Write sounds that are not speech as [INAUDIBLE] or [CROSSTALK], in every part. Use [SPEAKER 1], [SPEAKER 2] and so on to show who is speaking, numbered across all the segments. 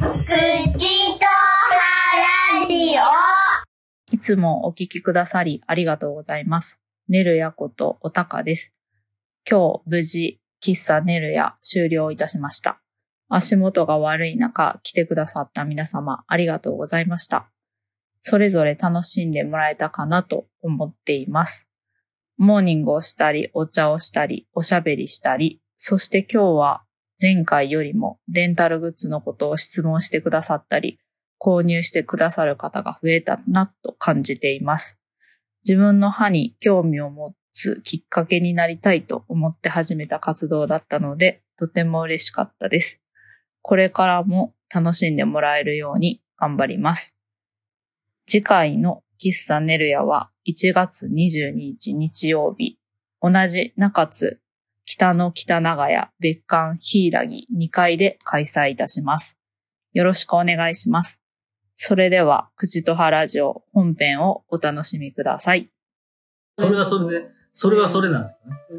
[SPEAKER 1] 口と腹ジオ
[SPEAKER 2] いつもお聞きくださりありがとうございます。ねるやことおたかです。今日無事、喫茶ねるや終了いたしました。足元が悪い中、来てくださった皆様ありがとうございました。それぞれ楽しんでもらえたかなと思っています。モーニングをしたり、お茶をしたり、おしゃべりしたり、そして今日は前回よりもデンタルグッズのことを質問してくださったり、購入してくださる方が増えたなと感じています。自分の歯に興味を持つきっかけになりたいと思って始めた活動だったので、とても嬉しかったです。これからも楽しんでもらえるように頑張ります。次回の喫茶ネルヤは1月22日日曜日、同じ中津、北の北長屋、別館、ヒイラギ2階で開催いたします。よろしくお願いします。それでは、口と葉ラジオ本編をお楽しみください。
[SPEAKER 3] それはそれで、それはそれなんで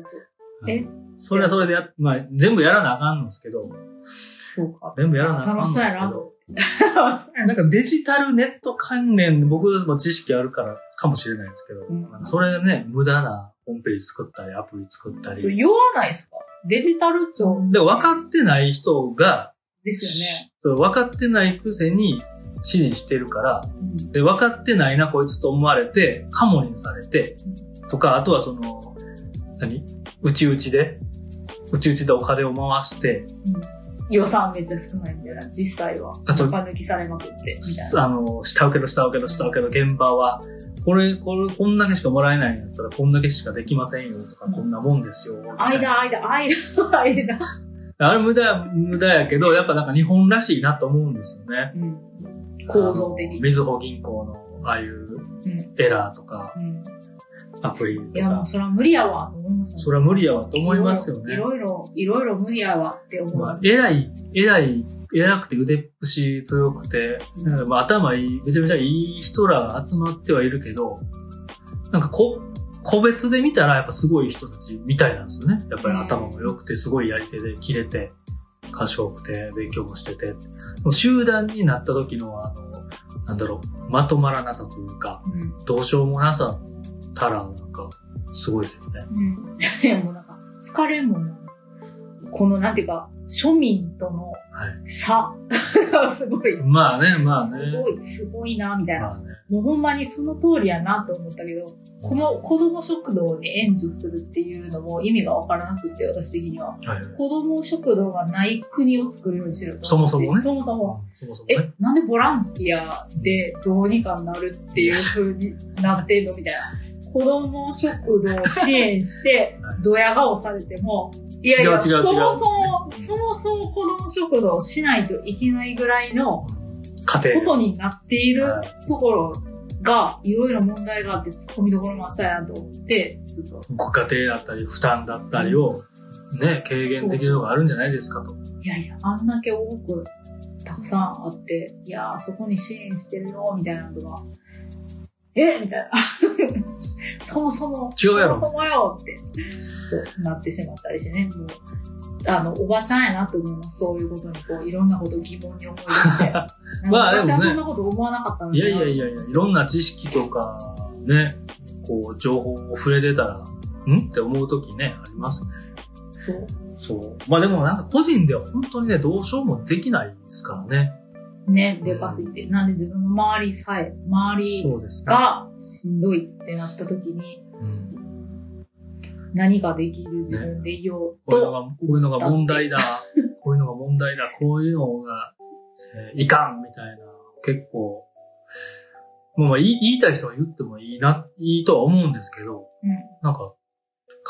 [SPEAKER 3] すよね。
[SPEAKER 2] え
[SPEAKER 3] それはそれでや、まあ、全部やらなあかんのですけど、
[SPEAKER 2] そうか。
[SPEAKER 3] 全部やらなあかんのですけ
[SPEAKER 2] 楽しそうやな
[SPEAKER 3] ど、なんかデジタルネット関連、僕も知識あるからかもしれないですけど、
[SPEAKER 2] ん
[SPEAKER 3] なんかそれね、無駄なホームページ作ったり、アプリ作ったり、
[SPEAKER 2] 言わないですかデジタル庁
[SPEAKER 3] で、分かってない人が、
[SPEAKER 2] です
[SPEAKER 3] そう分かってないくせに指示してるから、
[SPEAKER 2] よね。
[SPEAKER 3] で、分かってないな、こいつと思われて、カモにされて、とか、あとはその、何うちうちで、うちうちでお金を回して、
[SPEAKER 2] 予算めっちゃ少ないみたいな、実際は。
[SPEAKER 3] あそう
[SPEAKER 2] 中抜きされまくって、みたい
[SPEAKER 3] あの、下請けの下請けの下請けの現場は、これ、これ、こんだけしかもらえないんだったら、こんだけしかできませんよとか、こんなもんですよ。み
[SPEAKER 2] な。
[SPEAKER 3] たいな
[SPEAKER 2] 間、間、間、間。
[SPEAKER 3] あれ無駄や、無駄やけど、やっぱなんか日本らしいなと思うんですよね。
[SPEAKER 2] うん構造的
[SPEAKER 3] あの
[SPEAKER 2] に。
[SPEAKER 3] みずほ銀行の、ああいう
[SPEAKER 2] うん
[SPEAKER 3] エラーとか、
[SPEAKER 2] うん
[SPEAKER 3] アプリ
[SPEAKER 2] い
[SPEAKER 3] と
[SPEAKER 2] や、も
[SPEAKER 3] か
[SPEAKER 2] う、それは無理やわ、と思いますよね
[SPEAKER 3] それは無理やわと思いますよね
[SPEAKER 2] い。ろいろ、いろいろ無理やわって思い
[SPEAKER 3] まあ
[SPEAKER 2] ま、す。
[SPEAKER 3] 偉い、偉い、偉くて腕っぷし強くて、
[SPEAKER 2] う
[SPEAKER 3] まあ、頭いい、めちゃめちゃいい人らが集まってはいるけど、なんかこ、個別で見たらやっぱすごい人たちみたいなんですよね。やっぱり頭も良くて、すごいやり手で切れて、賢くて、勉強もしてて。でも集団になった時の、あの、なんだろう、まとまらなさというか、
[SPEAKER 2] うん
[SPEAKER 3] どうしようもなさたら、なんか、すごいですよね。
[SPEAKER 2] うん。い [LAUGHS] や、もうなんか、疲れんもんな。この、なんていうか、庶民との差がすごい、
[SPEAKER 3] まあね、まあ
[SPEAKER 2] す
[SPEAKER 3] ね。
[SPEAKER 2] ごい、すごいな、みたいな。
[SPEAKER 3] まあね。
[SPEAKER 2] もうほんまにその通りやなと思ったけど、この子供食堂に援助するっていうのも意味がわからなくて、私的には。
[SPEAKER 3] はい
[SPEAKER 2] 子供食堂がない国を作るようにしろと思うし
[SPEAKER 3] そもそもね
[SPEAKER 2] そもそも。
[SPEAKER 3] そもそもね。
[SPEAKER 2] え、なんでボランティアでどうにかなるっていう風になってんのみたいな。子供食堂を支援して
[SPEAKER 3] は、い
[SPEAKER 2] ドヤ顔されても、いやいや、
[SPEAKER 3] 違う違う違う
[SPEAKER 2] そもそも、そもそも子供食堂をしないといけないぐらいのこ
[SPEAKER 3] 家庭。
[SPEAKER 2] とになっている
[SPEAKER 3] は
[SPEAKER 2] ところが、いろいろ問題があって、突っ込みどころ満載やなと思って、ずっと。
[SPEAKER 3] ご家庭だったり、負担だったりを、ね、軽減できるのがあるんじゃないですかと。
[SPEAKER 2] いやいや、あんだけ多く、たくさんあって、いやー、そこに支援してるよ、みたいなのが、えみたいな。 [LAUGHS] そもそも、
[SPEAKER 3] 違うやろ
[SPEAKER 2] そもそもよって、そうなってしまったりしてね、もう、あの、おばちゃんやなと思います。そういうことに、こう、いろんなことを疑問に思い出
[SPEAKER 3] [LAUGHS]
[SPEAKER 2] して。なんか
[SPEAKER 3] まあでも
[SPEAKER 2] 私
[SPEAKER 3] ね
[SPEAKER 2] はそんなこと思わなかったの
[SPEAKER 3] い
[SPEAKER 2] に
[SPEAKER 3] や
[SPEAKER 2] ない
[SPEAKER 3] やいやいや、いろんな知識とか、ね、こう、情報を触れてたら、んって思うときね、ありますね。
[SPEAKER 2] そう
[SPEAKER 3] そう。まあでもなんか個人では本当にね、どうしようもできないですからね。
[SPEAKER 2] ね、でかすぎて。なんで自分の周りさえ、周り
[SPEAKER 3] そうですね。
[SPEAKER 2] がしんどいってなった時に、
[SPEAKER 3] うん
[SPEAKER 2] 何ができる自分でいよう
[SPEAKER 3] こういう
[SPEAKER 2] と
[SPEAKER 3] の、が、こういうのが問題だ、こういうのが問題だ、こういうのが、えーいかんみたいな、結構、まあまあ、言い言いたい人は言ってもいいな、いいとは思うんですけど、
[SPEAKER 2] うん
[SPEAKER 3] なんか、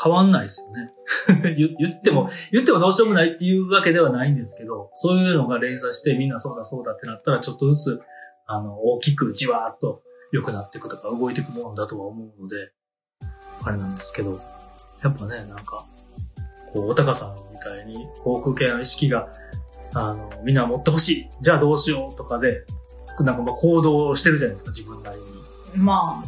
[SPEAKER 3] 変わんないですよね。 [LAUGHS] 言言っても、言ってもどうしようもないっていうわけではないんですけど、そういうのが連鎖してみんなそうだそうだってなったら、ちょっとずつ、あの、大きくじわーっと良くなっていくとか動いていくものだとは思うので、あれなんですけど、やっぱね、なんか、こう、おたかさんみたいに航空系の意識が、あの、みんな持ってほしい。じゃあどうしようとかで、なんかまあ行動してるじゃないですか、自分なりに。
[SPEAKER 2] まあ、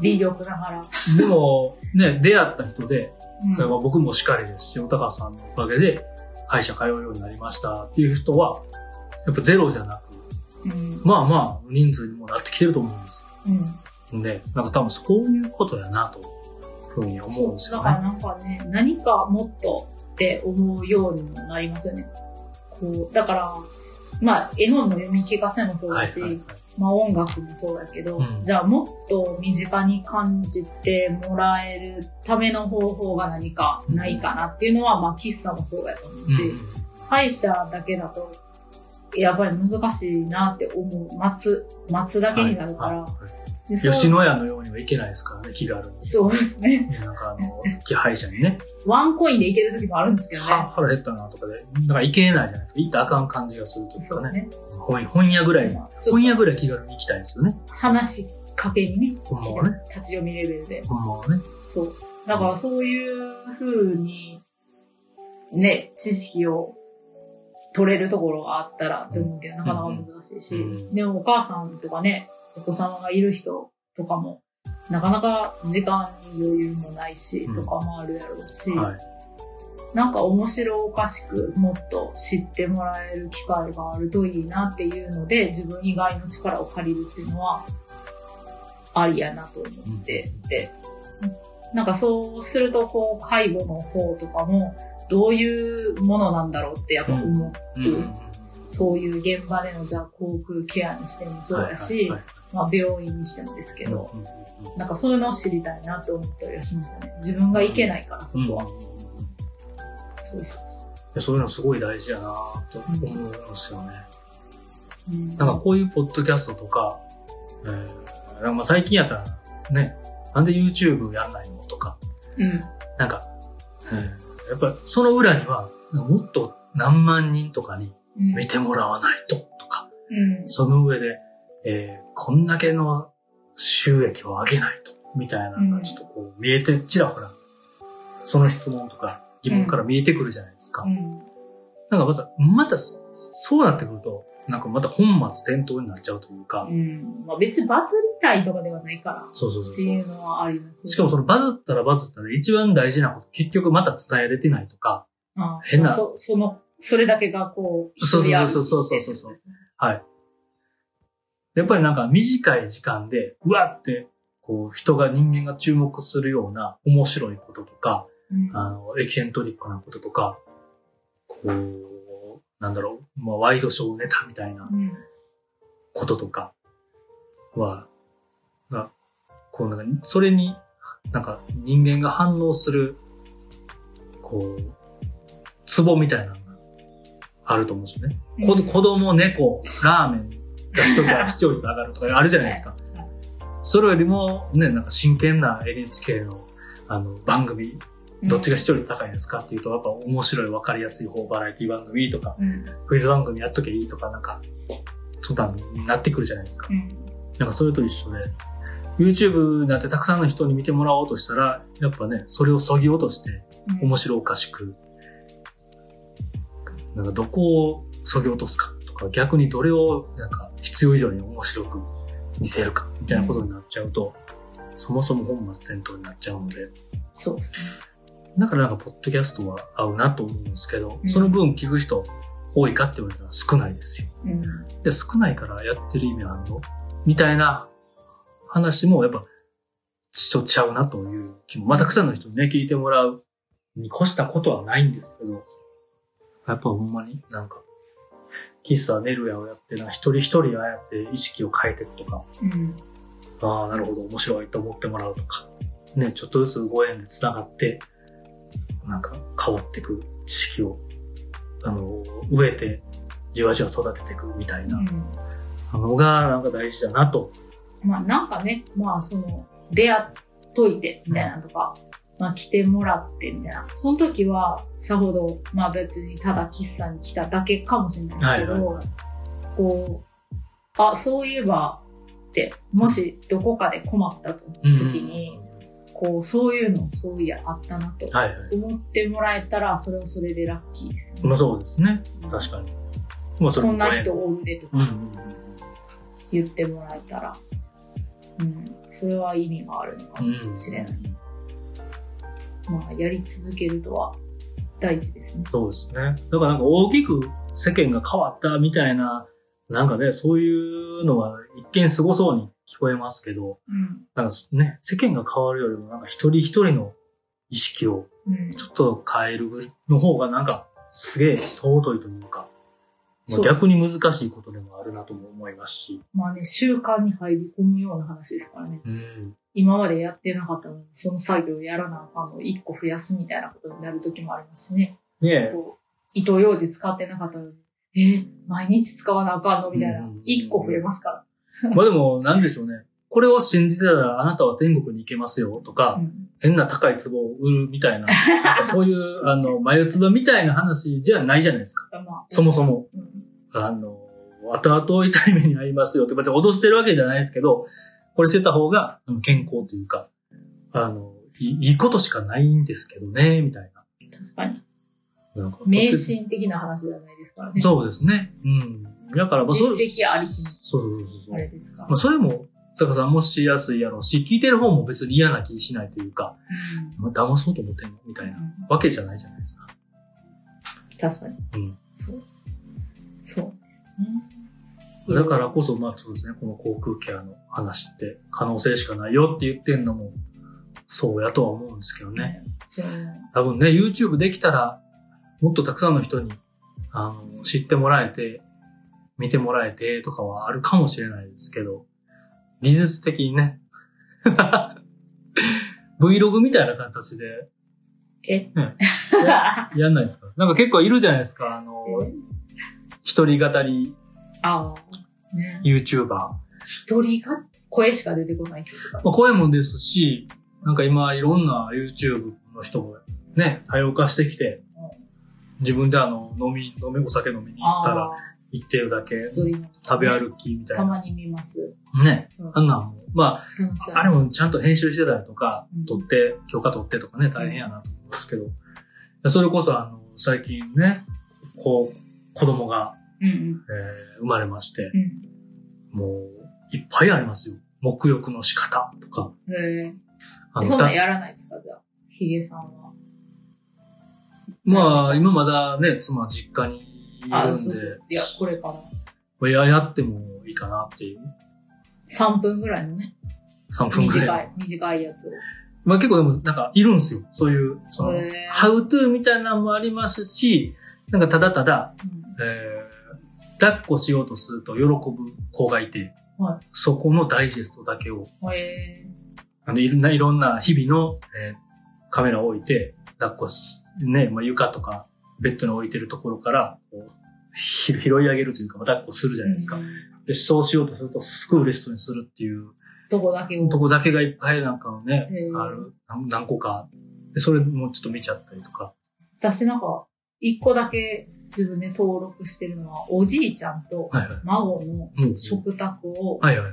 [SPEAKER 2] リードクラハラ。
[SPEAKER 3] でも、ね、出会った人で、
[SPEAKER 2] うん
[SPEAKER 3] だから僕もしかりですし、おたかさんのおかげで会社通うようになりましたっていう人は、やっぱゼロじゃなく、
[SPEAKER 2] うん。
[SPEAKER 3] まあまあ人数にもなってきてると思うんです
[SPEAKER 2] うん。
[SPEAKER 3] よ。んで、なんか多分そういうことやなと、ふうに思うんです
[SPEAKER 2] だ
[SPEAKER 3] よ
[SPEAKER 2] から
[SPEAKER 3] ね。
[SPEAKER 2] なんかね、何かもっとって思うようにもなりますよね。こう、だから、まあ、絵本の読み聞かせもそう
[SPEAKER 3] は
[SPEAKER 2] だ
[SPEAKER 3] い
[SPEAKER 2] し、
[SPEAKER 3] はいはい。
[SPEAKER 2] まあ音楽もそうだけど、
[SPEAKER 3] うん
[SPEAKER 2] じゃあもっと身近に感じてもらえるための方法が何かないかなっていうのは、まあ喫茶もそうだと思うし、歯医者だけだと、やっぱり難しいなって思う。待つ、待つだけになるから。
[SPEAKER 3] はいはいはい
[SPEAKER 2] でそう
[SPEAKER 3] 吉野家のようにはいけないですからね、気軽に。
[SPEAKER 2] そうですね。
[SPEAKER 3] ねなんか
[SPEAKER 2] [LAUGHS]
[SPEAKER 3] あの、気配者にね、
[SPEAKER 2] ワンコインでいける時もあるんですけど
[SPEAKER 3] は
[SPEAKER 2] ね。
[SPEAKER 3] 腹減ったなとかで、なんかいけないじゃないですか。行ったらあかん感じがするという
[SPEAKER 2] そう
[SPEAKER 3] かね。
[SPEAKER 2] ね。
[SPEAKER 3] 本本屋ぐらい、
[SPEAKER 2] まあちょっ
[SPEAKER 3] 本屋ぐらい気軽に行きたいですよね。
[SPEAKER 2] と話しかけにね、
[SPEAKER 3] ほんまはね。
[SPEAKER 2] 立ち読みレベルで。
[SPEAKER 3] ほんまはね。
[SPEAKER 2] そう。だからそういう風に、ね、知識を取れるところがあったらって思うけど、なかなか難しいし、
[SPEAKER 3] うん
[SPEAKER 2] でもお母さんとかね、お子様がいる人とかも、なかなか時間に余裕もないし、
[SPEAKER 3] うん
[SPEAKER 2] とかもあるやろうし、
[SPEAKER 3] はい。
[SPEAKER 2] なんか面白おかしくもっと知ってもらえる機会があるといいなっていうので、自分以外の力を借りるっていうのは、ありやなと思ってて、なんかそうすると、こう、介護の方とかも、どういうものなんだろうってやっぱ思う。
[SPEAKER 3] うん
[SPEAKER 2] うんそういう現場での、じゃあ、航空ケアにしてもそうだし、
[SPEAKER 3] はいはいはい
[SPEAKER 2] まあ、病院にしてもですけど、
[SPEAKER 3] うんうん
[SPEAKER 2] なんかそういうのを知りたいなと思ったりはしますよね。自分が行けないから、そ
[SPEAKER 3] うんうん
[SPEAKER 2] こは。
[SPEAKER 3] うん
[SPEAKER 2] そうそうそ
[SPEAKER 3] いやそういうのすごい大事やなと思うんですよね。
[SPEAKER 2] う。うん
[SPEAKER 3] なんかこういうポッドキャストとか、えーなんかまあ最近やったらね、なんで YouTube やんないのとか、
[SPEAKER 2] うん。
[SPEAKER 3] なんか、えーやっぱその裏には、もっと何万人とかに
[SPEAKER 2] うん
[SPEAKER 3] 見てもらわないととか、
[SPEAKER 2] うん。
[SPEAKER 3] その上で、えーこんだけの収益を上げないと、みたいなのがちょっとこう見えて、ちらほら、その質問とか疑問から見えてくるじゃないですか。
[SPEAKER 2] うん。
[SPEAKER 3] なんかまた、また、そうなってくると、なんかまた本末転倒になっちゃうというか、
[SPEAKER 2] うん。まあ別にバズりたいとかではないから
[SPEAKER 3] そうそうそう
[SPEAKER 2] って
[SPEAKER 3] そ。
[SPEAKER 2] いううのはありますよね
[SPEAKER 3] しかもそのバズったらバズったで一番大事なこと、結局また伝えれてないとか、
[SPEAKER 2] ああ
[SPEAKER 3] 変な
[SPEAKER 2] そ、その、それだけがこう、
[SPEAKER 3] そうそうそう
[SPEAKER 2] 一人
[SPEAKER 3] そう
[SPEAKER 2] 歩きして
[SPEAKER 3] そうそうそうはい。やっぱりなんか短い時間で、うわって、こう人が人間が注目するような面白いこととか、
[SPEAKER 2] うん
[SPEAKER 3] あの、エキセントリックなこととか、こう、なんだろう、まあワイドショーネタみたいな
[SPEAKER 2] うん。
[SPEAKER 3] こととかは、が、こうなんか、それに、なんか人間が反応する、こう、ツボみたいなのがあると思うんですよね。こ
[SPEAKER 2] うん
[SPEAKER 3] 子供、猫、ラーメン出しときゃ視聴率上がるとかあるじゃないですか。それよりも、ね、なんか真剣な NHK の、あの、番組、どっちが視聴率高いですかっていうと、やっぱ面白い、わかりやすい方、バラエティ番組とか、
[SPEAKER 2] うん。
[SPEAKER 3] クイズ番組やっときゃいいとか、なんか、途端になってくるじゃないですか。
[SPEAKER 2] うん。
[SPEAKER 3] なんかそれと一緒で、YouTube なんてたくさんの人に見てもらおうとしたら、やっぱね、それを削ぎ落として、
[SPEAKER 2] うん
[SPEAKER 3] 面白おかしく、なんかどこを削ぎ落とすかとか、逆にどれをなんか必要以上に面白く見せるか、みたいなことになっちゃうと、そもそも本末転倒になっちゃうので、
[SPEAKER 2] そう。
[SPEAKER 3] だからなんかポッドキャストは合うなと思うんですけど、
[SPEAKER 2] うん
[SPEAKER 3] その分聞く人多いかって言われたら少ないですよ。
[SPEAKER 2] うん。
[SPEAKER 3] で、少ないからやってる意味あるのみたいな話もやっぱしとちゃうなという気も、まあ、たくさんの人にね、聞いてもらうに越したことはないんですけど、やっぱほんまになんか、喫茶ネルヤをやってな、一人一人ああやって意識を変えていくとか、
[SPEAKER 2] うん。
[SPEAKER 3] ああ、なるほど、面白いと思ってもらうとか、ね、ちょっとずつご縁で繋がって、なんか変わっていく知識を、あの、植えて、じわじわ育てていくみたいな、
[SPEAKER 2] うん
[SPEAKER 3] のがなんか大事だなと。
[SPEAKER 2] まあなんかね、まあその、出会っといてみたいなのとか、まあ来てもらってみたいな。その時は、さほど、まあ別にただ喫茶に来ただけかもしれないですけど、
[SPEAKER 3] はいは
[SPEAKER 2] こう、あ、そういえばって、もしどこかで困った時に、こう、そういうの、そういや、あったなと
[SPEAKER 3] はいはい。
[SPEAKER 2] 思ってもらえたら、それはそれでラッキーですよ
[SPEAKER 3] ま
[SPEAKER 2] ね
[SPEAKER 3] あ。そうですね。確かに。まあそれ
[SPEAKER 2] こ
[SPEAKER 3] も
[SPEAKER 2] んな人おるでとか
[SPEAKER 3] ご縁。うんうんうん。
[SPEAKER 2] 言ってもらえたら、うん、それは意味があるのか
[SPEAKER 3] うん。
[SPEAKER 2] もしれない。まあ、やり続けるとは大事ですね。
[SPEAKER 3] そうですね。だからなんか大きく世間が変わったみたいな、なんかね、そういうのは一見すごそうに聞こえますけど、
[SPEAKER 2] うん。
[SPEAKER 3] なんかね、世間が変わるよりも、なんか一人一人の意識を
[SPEAKER 2] うん。
[SPEAKER 3] ちょっと変えるの方がなんかすげえ尊いというか、ま
[SPEAKER 2] そ
[SPEAKER 3] あ
[SPEAKER 2] う
[SPEAKER 3] 逆に難しいことでもあるなとも思いますし。
[SPEAKER 2] まあね、習慣に入り込むような話ですからね。
[SPEAKER 3] うん。
[SPEAKER 2] 今までやってなかったのに、その作業をやらなあかんのを一個増やすみたいなことになる時もありますしね。
[SPEAKER 3] ねえ。 [LAUGHS]
[SPEAKER 2] こう、糸楊枝使ってなかったのに、え毎日使わなあかんのみたいな
[SPEAKER 3] うん。
[SPEAKER 2] 一個増えますから。
[SPEAKER 3] まあでも、なんでしょうね。これを信じてたらあなたは天国に行けますよとか、
[SPEAKER 2] うん
[SPEAKER 3] 変な高い壺を売るみたいな、なんかそういう、あの、眉壺みたいな話じゃないじゃないですか。
[SPEAKER 2] まあ、
[SPEAKER 3] そもそも。
[SPEAKER 2] うん
[SPEAKER 3] あの、後々痛い目に遭いますよって、別に脅してるわけじゃないですけど、これしてた方があの健康というか、あの、いいいことしかないんですけどね、みたいな。
[SPEAKER 2] 確かに。
[SPEAKER 3] なんか
[SPEAKER 2] 迷信的な話じゃないですからね。
[SPEAKER 3] そうですね。うん。だから、まあ、それそう
[SPEAKER 2] 実績ありきの
[SPEAKER 3] そうそうそう。
[SPEAKER 2] あれですか
[SPEAKER 3] まあ、。それも、高さんもしやすいやろうし、聞いてる方も別に嫌な気しないというか、
[SPEAKER 2] うん
[SPEAKER 3] まあ騙そうと思ってんのみたいな
[SPEAKER 2] うん
[SPEAKER 3] わけじゃないじゃないですか。
[SPEAKER 2] 確かに。
[SPEAKER 3] うん。
[SPEAKER 2] そう。そうですね。
[SPEAKER 3] だからこそ、まあそうですね、この航空ケアの話って可能性しかないよって言ってんのも、そうやとは思うんですけどね。
[SPEAKER 2] そう。
[SPEAKER 3] 多分ね、YouTube できたら、もっとたくさんの人に、あの、知ってもらえて、見てもらえてとかはあるかもしれないですけど、技術的にね、Vlog みたいな形で
[SPEAKER 2] え
[SPEAKER 3] や [LAUGHS] やんないですかなんか結構いるじゃないですか、あの、一人語り
[SPEAKER 2] ああ、ね。
[SPEAKER 3] YouTuber。ま
[SPEAKER 2] 一人が声しか出てこない人とか。
[SPEAKER 3] あ、声もですし、なんか今いろんな YouTube の人もね、多様化してきて、自分であの、飲み、飲み、お酒飲みに行ったら
[SPEAKER 2] あ、
[SPEAKER 3] 行ってるだけ
[SPEAKER 2] 一人の。
[SPEAKER 3] 食べ歩きみたい
[SPEAKER 2] た
[SPEAKER 3] な。
[SPEAKER 2] まに見ます。
[SPEAKER 3] ね。
[SPEAKER 2] うん
[SPEAKER 3] あんなんも。ま
[SPEAKER 2] 楽し
[SPEAKER 3] あ、あれもちゃんと編集してたりとか
[SPEAKER 2] うん、
[SPEAKER 3] 撮って、許可取ってとかね、大変やなと思うんですけど。いやそれこそ、あの、最近ね、こう、子供が、
[SPEAKER 2] うんうん。
[SPEAKER 3] えー生まれまして、
[SPEAKER 2] うん。
[SPEAKER 3] もう、いっぱいありますよ。沐浴の仕方とか。
[SPEAKER 2] へえ。
[SPEAKER 3] あ
[SPEAKER 2] そんなん
[SPEAKER 3] だ
[SPEAKER 2] やらないですか、じゃあ。ヒゲさんは。
[SPEAKER 3] まあ、今まだね、妻実家にいるんで、
[SPEAKER 2] あ、そうそう。いや、これから。
[SPEAKER 3] まあややってもいいかなっていう。
[SPEAKER 2] 3分ぐらいのね。
[SPEAKER 3] 3分くら
[SPEAKER 2] 短
[SPEAKER 3] い。
[SPEAKER 2] い、短いやつを。
[SPEAKER 3] まあ結構でも、なんか、いるんですよ。そういう、その、
[SPEAKER 2] へえ
[SPEAKER 3] ハウトゥーみたいなのもありますし、なんかただただ、
[SPEAKER 2] うん
[SPEAKER 3] えー、抱っこしようとすると喜ぶ子がいて、
[SPEAKER 2] は
[SPEAKER 3] そこのダイジェストだけを、
[SPEAKER 2] へえ。
[SPEAKER 3] あのいろんないろんな日々の、えーカメラを置いて、抱っこし、ね、まあ、床とかベッドに置いてるところから、こうひ拾い上げるというか、まあ、抱っこするじゃないですか。
[SPEAKER 2] うん。
[SPEAKER 3] で、そうしようとすると、すごい嬉しそうにするっていう
[SPEAKER 2] どこだけを。
[SPEAKER 3] とこだけがいっぱいなんかをね
[SPEAKER 2] へ、ー
[SPEAKER 3] ある、何何個か。で、それもちょっと見ちゃったりとか。
[SPEAKER 2] 私なんか、一個だけ自分で登録してるのは、おじいちゃんと
[SPEAKER 3] はいはい。
[SPEAKER 2] 孫の
[SPEAKER 3] うん
[SPEAKER 2] 食卓を、
[SPEAKER 3] はいはい。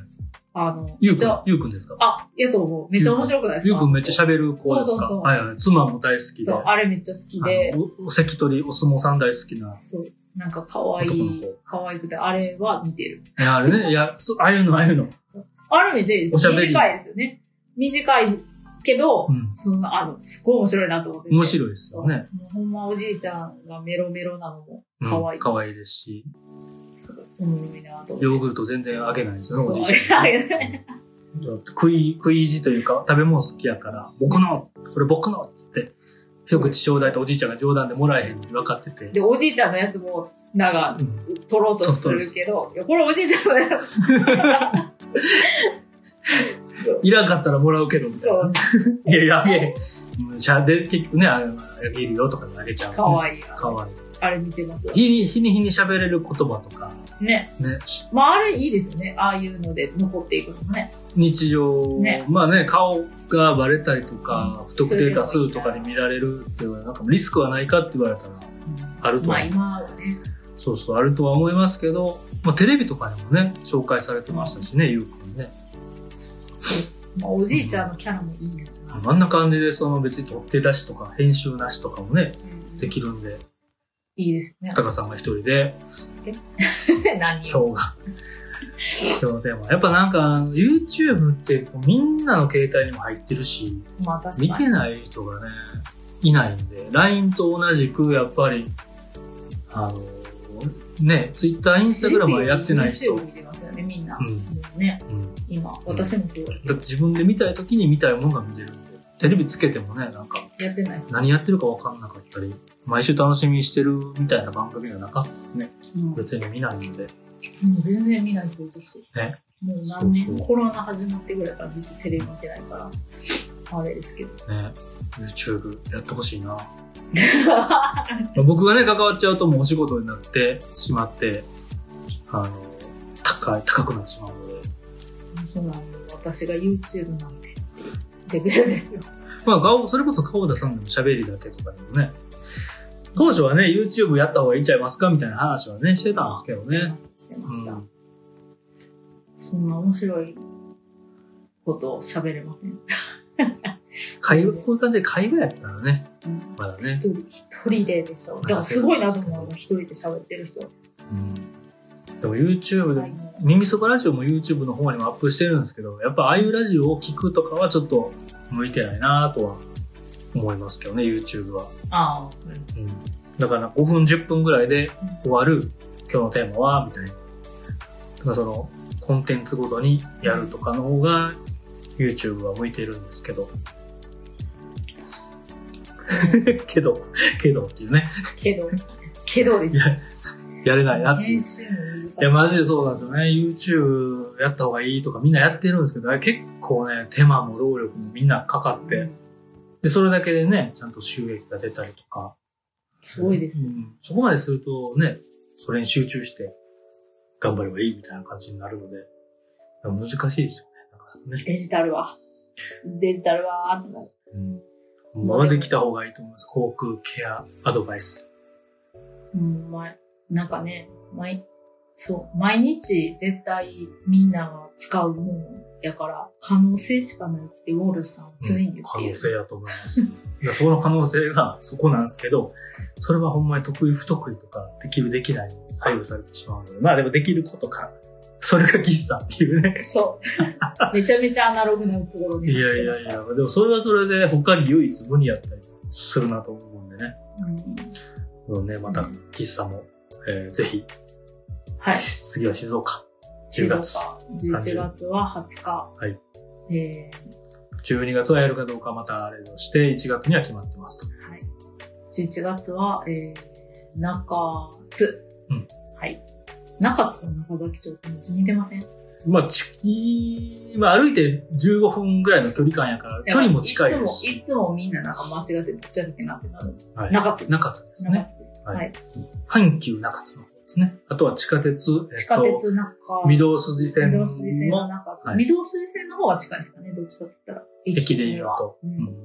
[SPEAKER 2] あの、
[SPEAKER 3] ゆう
[SPEAKER 2] じ
[SPEAKER 3] く
[SPEAKER 2] ゃ
[SPEAKER 3] ん
[SPEAKER 2] あ、
[SPEAKER 3] ゆうくんですか
[SPEAKER 2] あ、いやと思う。めっちゃ面白くないですか
[SPEAKER 3] ゆうくんめっちゃ喋る子です
[SPEAKER 2] そうそうそ
[SPEAKER 3] か
[SPEAKER 2] う
[SPEAKER 3] はいはい。妻も大好きで。
[SPEAKER 2] そう、
[SPEAKER 3] あ
[SPEAKER 2] あれめっちゃ好きで、
[SPEAKER 3] のおお関取り、お相撲さん大好きな。
[SPEAKER 2] そう、なんか可愛
[SPEAKER 3] 男
[SPEAKER 2] い
[SPEAKER 3] の子、
[SPEAKER 2] 可愛くて、あれは見てる。
[SPEAKER 3] いや、あれね、いや、そうああいうの、ああいうの。
[SPEAKER 2] あれめっちゃいいです
[SPEAKER 3] おしゃべり
[SPEAKER 2] 短いですよね。短いけど、
[SPEAKER 3] うん。
[SPEAKER 2] その、あの、すごい面白いなと思ってて。
[SPEAKER 3] 面白いですよね。
[SPEAKER 2] もうほんまおじいちゃんがメロメロなのも
[SPEAKER 3] うん
[SPEAKER 2] 可愛いし
[SPEAKER 3] 可愛いですし。
[SPEAKER 2] すごいおもろいなと思
[SPEAKER 3] ヨ
[SPEAKER 2] っ
[SPEAKER 3] ー
[SPEAKER 2] て。
[SPEAKER 3] グルト全然あげないですよね、
[SPEAKER 2] そ
[SPEAKER 3] お
[SPEAKER 2] う [LAUGHS]
[SPEAKER 3] じいちゃん
[SPEAKER 2] あ
[SPEAKER 3] ね。
[SPEAKER 2] れね
[SPEAKER 3] 食い、食い意地というか、食べ物好きやから、僕のこれ僕のっつって、一口ちょうだいとおじいちゃんが冗談でもらえへんって分かってて。
[SPEAKER 2] で、おじいちゃんのやつも、なんか、
[SPEAKER 3] うん
[SPEAKER 2] 取ろうとするけど、いや、これおじいちゃんのやつ。
[SPEAKER 3] いらんかったらもらうけど、みたい
[SPEAKER 2] そう
[SPEAKER 3] な。、いやいや、あげへんうん。しゃで、結局ね、ああげるよとかであげちゃう。
[SPEAKER 2] かわいいな。
[SPEAKER 3] かわいい。
[SPEAKER 2] あれ見てますよ。
[SPEAKER 3] 日に日に日に喋れる言葉とか、
[SPEAKER 2] ね。
[SPEAKER 3] ね、
[SPEAKER 2] まあ、あれいいですよね。ああいうので残っていくのもね。
[SPEAKER 3] 日常、
[SPEAKER 2] ね
[SPEAKER 3] まあね、顔がバレたりとか、
[SPEAKER 2] うん
[SPEAKER 3] 不特定多数とかで見られるっていうのは、なんかリスクはないかって言われたら、あると
[SPEAKER 2] ま
[SPEAKER 3] は、
[SPEAKER 2] あ、今はね。
[SPEAKER 3] そうそう、あるとは思いますけど、まあテレビとかにもね、紹介されてましたしね、ゆうくんね。
[SPEAKER 2] まあ、おじいちゃんのキャラもいいな。
[SPEAKER 3] あんな感じで、その別に取っ手出しとか、編集なしとかもね、
[SPEAKER 2] うん
[SPEAKER 3] できるんで、
[SPEAKER 2] いいですね。
[SPEAKER 3] 高さんが一人で、
[SPEAKER 2] [LAUGHS] 何
[SPEAKER 3] 今日が今日のテーマ。やっぱなんか、YouTube ってこうみんなの携帯にも入ってるし、
[SPEAKER 2] まあ確
[SPEAKER 3] 見
[SPEAKER 2] かに。
[SPEAKER 3] てない人がね、いないんで、LINE と同じく、やっぱり、あの、ね、Twitter、Instagram はやってない人。
[SPEAKER 2] YouTube 見てますよね、みんな。
[SPEAKER 3] うん
[SPEAKER 2] もうね、
[SPEAKER 3] うん
[SPEAKER 2] 今、私もそうだ
[SPEAKER 3] だって自分で見たい時に見たいものが見れるんで、テレビつけてもね、なんか
[SPEAKER 2] けど、やってないです。
[SPEAKER 3] 何やってるか分かんなかったり、毎週楽しみにしてるみたいな番組がなかったらね、
[SPEAKER 2] うん
[SPEAKER 3] 別に見ないので、
[SPEAKER 2] もう全然見ないです、私。
[SPEAKER 3] ね
[SPEAKER 2] もう何年
[SPEAKER 3] そうそう
[SPEAKER 2] コロナ始まってぐらいからずっとテレビ見てないから、あれですけど。
[SPEAKER 3] ね、YouTube やってほしいな。 [LAUGHS] 僕がね、関わっちゃうともうお仕事になってしまって、あの、高い、高くなってしまうので、
[SPEAKER 2] そうなの私が YouTube なんてレベルですよ。
[SPEAKER 3] まあ、顔、それこそ顔出さんでも喋りだけとかでもね、当初はね、YouTube やった方がいいんちゃいますかみたいな話はね、してたんですけどね。
[SPEAKER 2] してました。
[SPEAKER 3] うん
[SPEAKER 2] そんな面白いことを喋れません。
[SPEAKER 3] 会話、こういう感じで会話やったらね
[SPEAKER 2] うん、
[SPEAKER 3] まだね
[SPEAKER 2] 一。人、一人ででしょ。だからすごいなと思うの、一人で喋ってる人。
[SPEAKER 3] でも YouTube で、耳そばラジオも YouTube の方にもアップしてるんですけど、やっぱああいうラジオを聞くとかはちょっと向いてないなとは思いますけどね、YouTube は。
[SPEAKER 2] ああ、
[SPEAKER 3] うん。だから5分、10分ぐらいで終わる今日のテーマは、みたいな。だからその、コンテンツごとにやるとかの方が YouTube は向いてるんですけど。けど、けどっていうね、
[SPEAKER 2] けど、けどです。
[SPEAKER 3] やれないなっていう
[SPEAKER 2] 編。集も難しい。
[SPEAKER 3] いや、マジでそうなんですよね。YouTube やった方がいいとかみんなやってるんですけど、あれ結構ね、手間も労力もみんなかかって、
[SPEAKER 2] うん
[SPEAKER 3] で、それだけでね、ちゃんと収益が出たりとか。
[SPEAKER 2] すごいです
[SPEAKER 3] う
[SPEAKER 2] よ。
[SPEAKER 3] んそこまでするとね、それに集中して頑張ればいいみたいな感じになるので、難しいですよね。だからね。
[SPEAKER 2] デジタルは。デジタルはーってなる。
[SPEAKER 3] うん。まできた方がいいと思います。航空ケアアドバイス。
[SPEAKER 2] うん、まなんかね、毎、そう、毎日絶対みんなが使うもんやから、可能性しかないってウォールさんは常に言って
[SPEAKER 3] 可
[SPEAKER 2] い
[SPEAKER 3] 能
[SPEAKER 2] る。
[SPEAKER 3] 性やと思います。いやそこの可能性がそこなんですけど、それはほんまに得意不得意とか、できるできないに左右されてしまうので、まあでもできることか。それが喫茶っていうね。 [LAUGHS]
[SPEAKER 2] そう。めちゃめちゃアナログなところ
[SPEAKER 3] い
[SPEAKER 2] に
[SPEAKER 3] やいやいや、 [LAUGHS] でもそれはそれで他に唯一無二やったりするなと思うんでね。
[SPEAKER 2] うん
[SPEAKER 3] もうね、また喫茶も、えーぜひ、
[SPEAKER 2] はい。
[SPEAKER 3] 次は静岡。
[SPEAKER 2] 10
[SPEAKER 3] 10
[SPEAKER 2] 月
[SPEAKER 3] 月。
[SPEAKER 2] 11月は20日。
[SPEAKER 3] はい。
[SPEAKER 2] え
[SPEAKER 3] 12月はやるかどうかまたあれをして、1月には決まってますと。
[SPEAKER 2] ー、はい。11月は、えー、中津。
[SPEAKER 3] うん。
[SPEAKER 2] はい。中津と中崎町ってめっちゃ似てません
[SPEAKER 3] まあ、ち、まあ歩いて15分ぐらいの距離感やから、距離も近いですし。
[SPEAKER 2] いつも、いつもみんななんか間違ってどっちだっけなってなるんですよ。
[SPEAKER 3] はい
[SPEAKER 2] 中津。
[SPEAKER 3] 中津です
[SPEAKER 2] 中
[SPEAKER 3] ね。
[SPEAKER 2] 津です。は。
[SPEAKER 3] はいい阪急中津の方ですね。あとは地下鉄、えっと
[SPEAKER 2] 地下鉄中。
[SPEAKER 3] 御堂筋線
[SPEAKER 2] 御
[SPEAKER 3] の
[SPEAKER 2] 堂筋線の中津。
[SPEAKER 3] はい
[SPEAKER 2] 御堂筋線の方は近いですかね、どっちかって言ったら。
[SPEAKER 3] 駅で言うと。
[SPEAKER 2] う。
[SPEAKER 3] うんん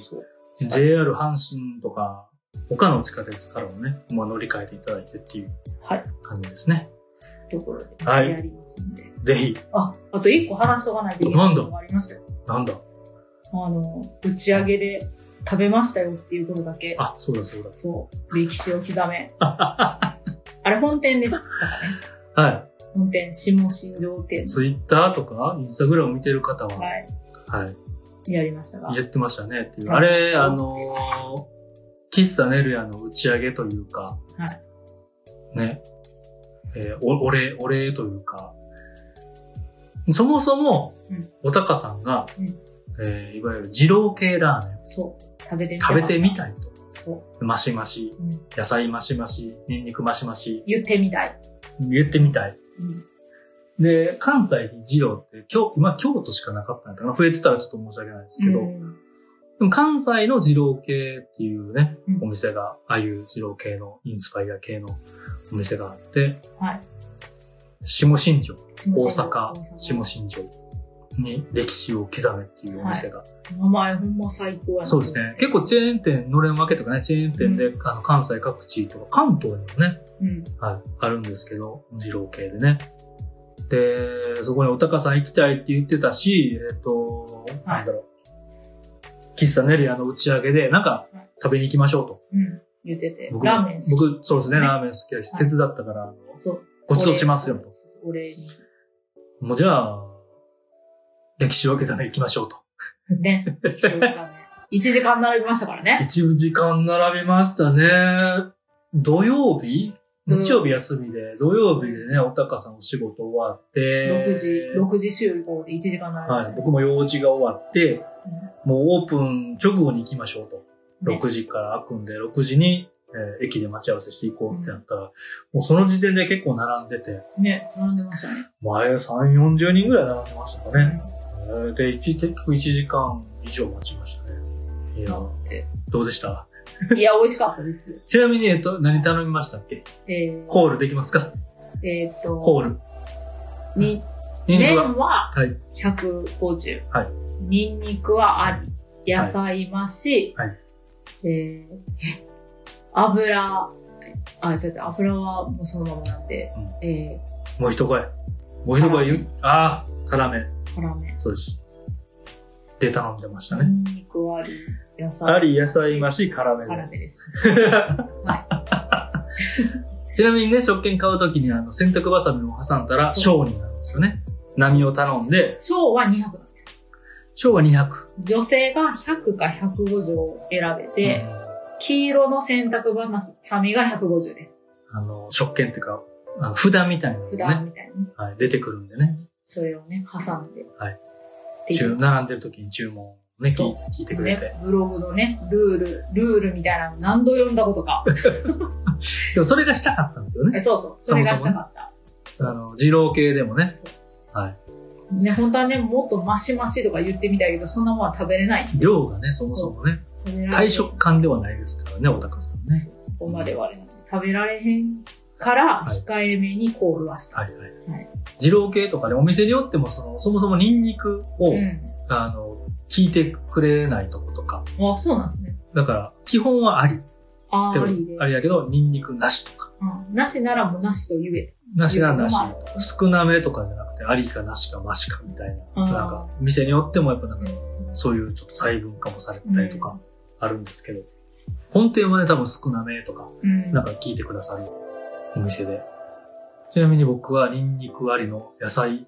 [SPEAKER 2] そう。
[SPEAKER 3] JR 阪神とか、他の地下鉄からもね、まあ、乗り換えていただいてっていう
[SPEAKER 2] はい
[SPEAKER 3] 感じですね。
[SPEAKER 2] ところで
[SPEAKER 3] はい
[SPEAKER 2] やりますんで。
[SPEAKER 3] ぜひ、
[SPEAKER 2] あ、あと一個話しとかないといけない
[SPEAKER 3] なんだ
[SPEAKER 2] ことがありましたよ。
[SPEAKER 3] なんだ
[SPEAKER 2] あの、打ち上げで食べましたよっていうことだけ。
[SPEAKER 3] あ、そうだそうだ。
[SPEAKER 2] そう。歴史を刻
[SPEAKER 3] [LAUGHS]
[SPEAKER 2] め。あれ本店です。
[SPEAKER 3] は
[SPEAKER 2] 本店、下新庄店
[SPEAKER 3] い。。ツイッターとか、インスタグラム見てる方は、
[SPEAKER 2] はい。
[SPEAKER 3] はい。
[SPEAKER 2] やりましたが。
[SPEAKER 3] 言ってましたねっていう。
[SPEAKER 2] はい
[SPEAKER 3] あれ、あのー喫茶ネルヤの打ち上げというか、
[SPEAKER 2] は
[SPEAKER 3] ね、えーお、お礼、お礼というか、そもそも
[SPEAKER 2] うん、
[SPEAKER 3] おたかさんが、
[SPEAKER 2] うん
[SPEAKER 3] えーいわゆる二郎系ラーメン
[SPEAKER 2] そう。食べてみた。
[SPEAKER 3] 食べてみ。たいと。
[SPEAKER 2] そう。
[SPEAKER 3] マシマシ、
[SPEAKER 2] うん
[SPEAKER 3] 野菜マシマシ、ニンニクマシマシ、
[SPEAKER 2] 言ってみたい。
[SPEAKER 3] 言ってみたい。
[SPEAKER 2] うん。
[SPEAKER 3] で、関西に二郎って、京、今京都しかなかったのかな増えてたらちょっと申し訳ないですけど、
[SPEAKER 2] うん
[SPEAKER 3] でも関西の二郎系っていうね、
[SPEAKER 2] うん
[SPEAKER 3] お店が、ああいう二郎系の、インスパイア系のお店があって、
[SPEAKER 2] はい
[SPEAKER 3] 下新庄、
[SPEAKER 2] 下
[SPEAKER 3] 大
[SPEAKER 2] 新庄
[SPEAKER 3] 阪、下新庄に歴史を刻めっていうお店が。
[SPEAKER 2] 名前ほんま最高やな
[SPEAKER 3] そうですね。結構チェーン店、のれん分けとかね、チェーン店で、あの関西各地とか、関東にもね、
[SPEAKER 2] うん。
[SPEAKER 3] はい、あるんですけど、二郎系でね。で、そこにお高さん行きたいって言ってたし、えっ、と、
[SPEAKER 2] はい
[SPEAKER 3] なんだろう。喫茶ネリアの打ち上げで、なんか
[SPEAKER 2] はい
[SPEAKER 3] 食べに行きましょうと。
[SPEAKER 2] うん。言ってて。
[SPEAKER 3] 僕
[SPEAKER 2] ラーメン好き。
[SPEAKER 3] 僕、そうですね、
[SPEAKER 2] ね
[SPEAKER 3] ラーメン好きだし、
[SPEAKER 2] はい
[SPEAKER 3] 手伝ったから、あの
[SPEAKER 2] そう。
[SPEAKER 3] ごちそうしますよと。
[SPEAKER 2] お礼に。
[SPEAKER 3] もうじゃあ、歴史を分けたら行きましょうと。
[SPEAKER 2] ね。そうだね1時間並びましたからね。
[SPEAKER 3] 一部時間並びましたね。土曜日
[SPEAKER 2] うん
[SPEAKER 3] 日曜日休みで、土曜日でね、おたかさんお仕事終わって、
[SPEAKER 2] 6時、6時集合で1時間並びま
[SPEAKER 3] は
[SPEAKER 2] した
[SPEAKER 3] い、
[SPEAKER 2] ね。
[SPEAKER 3] 僕も用事が終わって、もうオープン直後に行きましょうと。
[SPEAKER 2] ね
[SPEAKER 3] 6時から開くんで、6時に、えー駅で待ち合わせしていこうってなったら、もうその時点で結構並んでて、
[SPEAKER 2] ね、並んでましたね。
[SPEAKER 3] 前3、40人ぐらい並んでましたかね。えーで、一結局1時間以上待ちましたね。いや、
[SPEAKER 2] なんて
[SPEAKER 3] どうでした
[SPEAKER 2] いや、美味しかったです。
[SPEAKER 3] ちなみに、えっと、何頼みましたっけ
[SPEAKER 2] えー
[SPEAKER 3] コールできますか
[SPEAKER 2] えーっと、
[SPEAKER 3] コール。
[SPEAKER 2] に、
[SPEAKER 3] ニンニク
[SPEAKER 2] 麺
[SPEAKER 3] は。
[SPEAKER 2] は
[SPEAKER 3] はい。
[SPEAKER 2] 150。
[SPEAKER 3] はい
[SPEAKER 2] ニンニクはあり。野菜増し。
[SPEAKER 3] はい
[SPEAKER 2] えーえ油、あ、ちょっと油はもうそのままなんで、え
[SPEAKER 3] もう一声。もう一声言う。ああ、辛め。
[SPEAKER 2] ー、辛め。
[SPEAKER 3] そうです。で頼んでましたね。
[SPEAKER 2] ニンニクあり。野菜。
[SPEAKER 3] あり、野菜増し、辛め
[SPEAKER 2] 辛
[SPEAKER 3] で。
[SPEAKER 2] めです。
[SPEAKER 3] ちなみにね、食券買うときにあの洗濯バサミを挟んだら、小になるんですよね。波を頼んで、
[SPEAKER 2] 小は200なんですよ。
[SPEAKER 3] 小は200。
[SPEAKER 2] 女性が100か150を選べて、
[SPEAKER 3] うん
[SPEAKER 2] 黄色の洗濯バサミが150です。
[SPEAKER 3] あの、食券っていうか、あの札みたいなの
[SPEAKER 2] 普
[SPEAKER 3] が
[SPEAKER 2] 段
[SPEAKER 3] ね、
[SPEAKER 2] みたいにね。
[SPEAKER 3] はい、出てくるんでね、
[SPEAKER 2] それをね、挟んで。
[SPEAKER 3] はい
[SPEAKER 2] ってい
[SPEAKER 3] 注
[SPEAKER 2] う。
[SPEAKER 3] 並んでる時に注文をね、聞
[SPEAKER 2] そ
[SPEAKER 3] 聞いてくれて。
[SPEAKER 2] ね、ブログのね、ルール、ルールみたいなの何度読んだこと
[SPEAKER 3] [LAUGHS]
[SPEAKER 2] か。
[SPEAKER 3] でもそれがしたかったんですよね。
[SPEAKER 2] えそうそう、それがしたかった。
[SPEAKER 3] あの、二郎系でもね、
[SPEAKER 2] ね、本当はね、もっとマシマシとか言ってみたいけど、そんなもんは食べれない。
[SPEAKER 3] 量がね、そもそもね、
[SPEAKER 2] 食べられ
[SPEAKER 3] 対食感ではないですからね、お高さんね。
[SPEAKER 2] ここまではあれなんで食べられへんから、
[SPEAKER 3] はい
[SPEAKER 2] 控えめにコールはした。
[SPEAKER 3] はいはい
[SPEAKER 2] はい。
[SPEAKER 3] 二郎系とかでお店によっても、その、そもそもニンニクを、
[SPEAKER 2] うん。
[SPEAKER 3] あの、聞いてくれないとことか。
[SPEAKER 2] あ、そうなんですね。
[SPEAKER 3] だから、基本はあり。
[SPEAKER 2] あ
[SPEAKER 3] け
[SPEAKER 2] ー
[SPEAKER 3] ど
[SPEAKER 2] ありで。
[SPEAKER 3] ありだけど、ニンニクなしとか。
[SPEAKER 2] うんなしならもうなしと言え。
[SPEAKER 3] なしがなし
[SPEAKER 2] まあまあ。
[SPEAKER 3] 少なめとかじゃなくて、ありかなしかましかみたいな。
[SPEAKER 2] うん
[SPEAKER 3] なんか、店によってもやっぱなん
[SPEAKER 2] う
[SPEAKER 3] か、
[SPEAKER 2] ん
[SPEAKER 3] そういうちょっと細分化もされてたりとか、あるんですけど、本店はね、多分少なめとか、
[SPEAKER 2] うん
[SPEAKER 3] なんか聞いてくださるお店で。ちなみに僕はニンニクありの野菜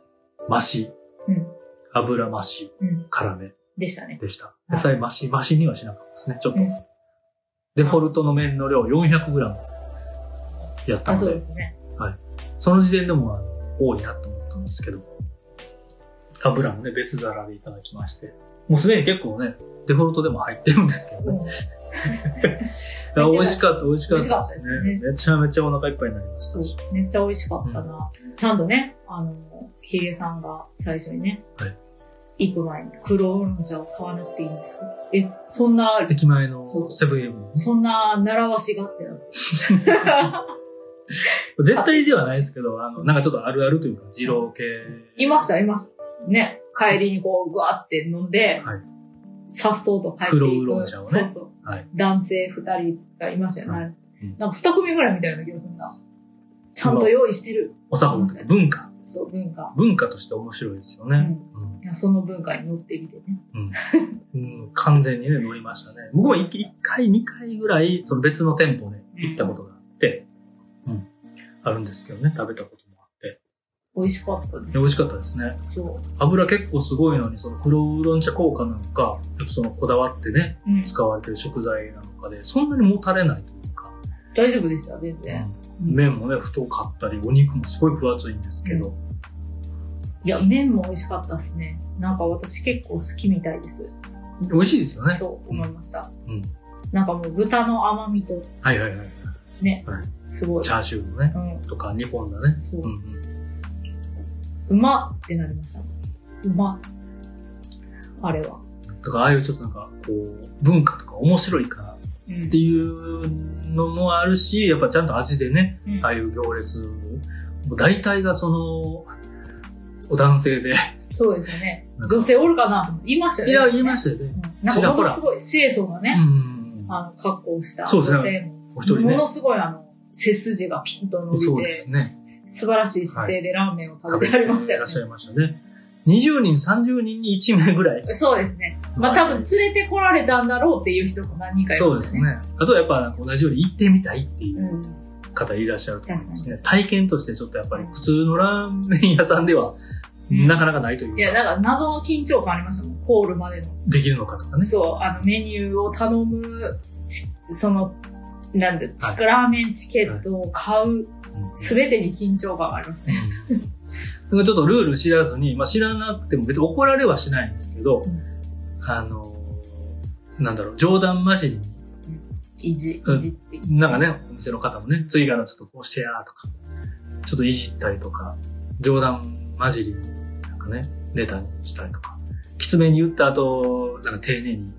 [SPEAKER 3] 増し、
[SPEAKER 2] うん
[SPEAKER 3] 油増し、
[SPEAKER 2] うん
[SPEAKER 3] 辛め
[SPEAKER 2] でしたね。
[SPEAKER 3] でした。
[SPEAKER 2] い
[SPEAKER 3] 野菜増し、増しにはしなかったですね。ちょっと、
[SPEAKER 2] うん
[SPEAKER 3] デフォルトの麺の量 400g やった
[SPEAKER 2] あ、
[SPEAKER 3] の
[SPEAKER 2] そう
[SPEAKER 3] で
[SPEAKER 2] で、すね。
[SPEAKER 3] その時点でもあの多いなと思ったんですけど、油もね、別皿でいただきまして、もうすでに結構ね、デフォルトでも入ってるんですけどね。いや美味しかった、美味しか
[SPEAKER 2] 美
[SPEAKER 3] ったですね。
[SPEAKER 2] 味しかったです
[SPEAKER 3] めちゃめちゃお腹いっぱいになりましたし。
[SPEAKER 2] めっちゃ美味しかったな。ちゃんとね、あの、ヒゲさんが最初にね、
[SPEAKER 3] は
[SPEAKER 2] 行く前に黒ウーロン茶を買わなくていいんですかえ、そんな、
[SPEAKER 3] 駅前の
[SPEAKER 2] そう
[SPEAKER 3] セブンイレブン。
[SPEAKER 2] そんな習わしがあってなって
[SPEAKER 3] 絶対ではないですけど、あ
[SPEAKER 2] そ
[SPEAKER 3] の、
[SPEAKER 2] う
[SPEAKER 3] なんかちょっとあるあるというか、二郎系。
[SPEAKER 2] いました、いました。ね、帰りにこう、ぐわって飲んで、
[SPEAKER 3] はい
[SPEAKER 2] さっそうと帰っていく。
[SPEAKER 3] 黒ウーロン茶をね
[SPEAKER 2] そうそう。
[SPEAKER 3] はい
[SPEAKER 2] 男性二人がいましたよね。
[SPEAKER 3] はいうん
[SPEAKER 2] なんか二組ぐらいみたいな気がするな。ちゃんと用意してる。
[SPEAKER 3] お作法とか文化。
[SPEAKER 2] そう、文化。
[SPEAKER 3] 文化として面白いですよ
[SPEAKER 2] う
[SPEAKER 3] ね。
[SPEAKER 2] ん。いやその文化に乗ってみてね。
[SPEAKER 3] うん、うん完全にね、乗りましたね。僕も一一回、二回ぐらい、その別の店舗で行ったことがあって、うん、あるんですけどね、食べたこともあって。
[SPEAKER 2] 美味しかったです
[SPEAKER 3] で美。味しかったですね。
[SPEAKER 2] そう。
[SPEAKER 3] 油結構すごいのに、その黒ウーロン茶効果なのか、やっぱそのこだわってね、
[SPEAKER 2] うん。
[SPEAKER 3] 使われてる食材なのかで、そんなにもたれないというか、
[SPEAKER 2] 大丈夫でした、全然。
[SPEAKER 3] うん麺もね、太かったり、お肉もすごい分厚いんですけど、
[SPEAKER 2] いや、麺も美味しかったですね。なんか私結構好きみたいです。
[SPEAKER 3] 美味しいですよね。
[SPEAKER 2] そう思いました。
[SPEAKER 3] うん
[SPEAKER 2] なんかもう豚の甘みと、
[SPEAKER 3] はいはいはい。
[SPEAKER 2] すごい
[SPEAKER 3] チ。ャーシューのね、
[SPEAKER 2] うん。
[SPEAKER 3] とか煮込んだね。
[SPEAKER 2] そうう。
[SPEAKER 3] んうん
[SPEAKER 2] うまっってなりました。うまっ。あれは。
[SPEAKER 3] だからああいうちょっとなんか、こう、文化とか面白いかなっ
[SPEAKER 2] うん
[SPEAKER 3] ていうのもあるし、やっぱちゃんと味でね、
[SPEAKER 2] うん
[SPEAKER 3] ああいう行列を、もう大体がその、お男性で。
[SPEAKER 2] そうですよね
[SPEAKER 3] なん。か
[SPEAKER 2] 女性おるかな言いましたよ
[SPEAKER 3] い
[SPEAKER 2] ね。
[SPEAKER 3] や、言いま
[SPEAKER 2] し
[SPEAKER 3] したよね。
[SPEAKER 2] なん
[SPEAKER 3] ち
[SPEAKER 2] か
[SPEAKER 3] ら
[SPEAKER 2] も
[SPEAKER 3] ほ
[SPEAKER 2] の
[SPEAKER 3] ら
[SPEAKER 2] すごい清楚な
[SPEAKER 3] うんう
[SPEAKER 2] ね、
[SPEAKER 3] ん
[SPEAKER 2] あの、格好をした
[SPEAKER 3] そう
[SPEAKER 2] 女
[SPEAKER 3] ですね
[SPEAKER 2] 性も、
[SPEAKER 3] お一人ね
[SPEAKER 2] ものすごいあの、背筋がピンと伸び
[SPEAKER 3] そう
[SPEAKER 2] て、
[SPEAKER 3] ですね
[SPEAKER 2] す素晴らしい姿勢でラーメンを食べてありました
[SPEAKER 3] いら
[SPEAKER 2] よ
[SPEAKER 3] っ
[SPEAKER 2] ね
[SPEAKER 3] し。ゃいましたね。20人、30人に1名ぐらい。
[SPEAKER 2] そうですね。まあ多分連れてこられたんだろうっていう人も何人かい
[SPEAKER 3] そ
[SPEAKER 2] ま
[SPEAKER 3] うで
[SPEAKER 2] し
[SPEAKER 3] す
[SPEAKER 2] た
[SPEAKER 3] ね
[SPEAKER 2] ね。。
[SPEAKER 3] あとはやっぱなんか同じように行ってみたいっていう
[SPEAKER 2] うん。
[SPEAKER 3] 方いらっしゃると思いますね。
[SPEAKER 2] 確
[SPEAKER 3] 体験としてちょっとやっぱり普通のラーメン屋さんでは
[SPEAKER 2] うん
[SPEAKER 3] なかなかないという
[SPEAKER 2] いや、
[SPEAKER 3] か、
[SPEAKER 2] だから謎の緊張感ありましたもん、コールまでの。
[SPEAKER 3] できるのかとかね。
[SPEAKER 2] そう、あの、メニューを頼む、ちその、なんだ、チクラーメンチケットを買う、すべてに緊張感がありますね。
[SPEAKER 3] うん、ちょっとルール知らずに、まあ、知らなくても別に怒られはしないんですけど、
[SPEAKER 2] うん
[SPEAKER 3] あのーなんだろう、冗談交じり
[SPEAKER 2] 意地、
[SPEAKER 3] うん
[SPEAKER 2] 意地って。
[SPEAKER 3] に、なんかね、お店の方もね、次からちょっとこうしてやーとか、ちょっといじったりとか、冗談交じりになんかね、ネタにしたりとか、きつめに言った後、なんか丁寧に、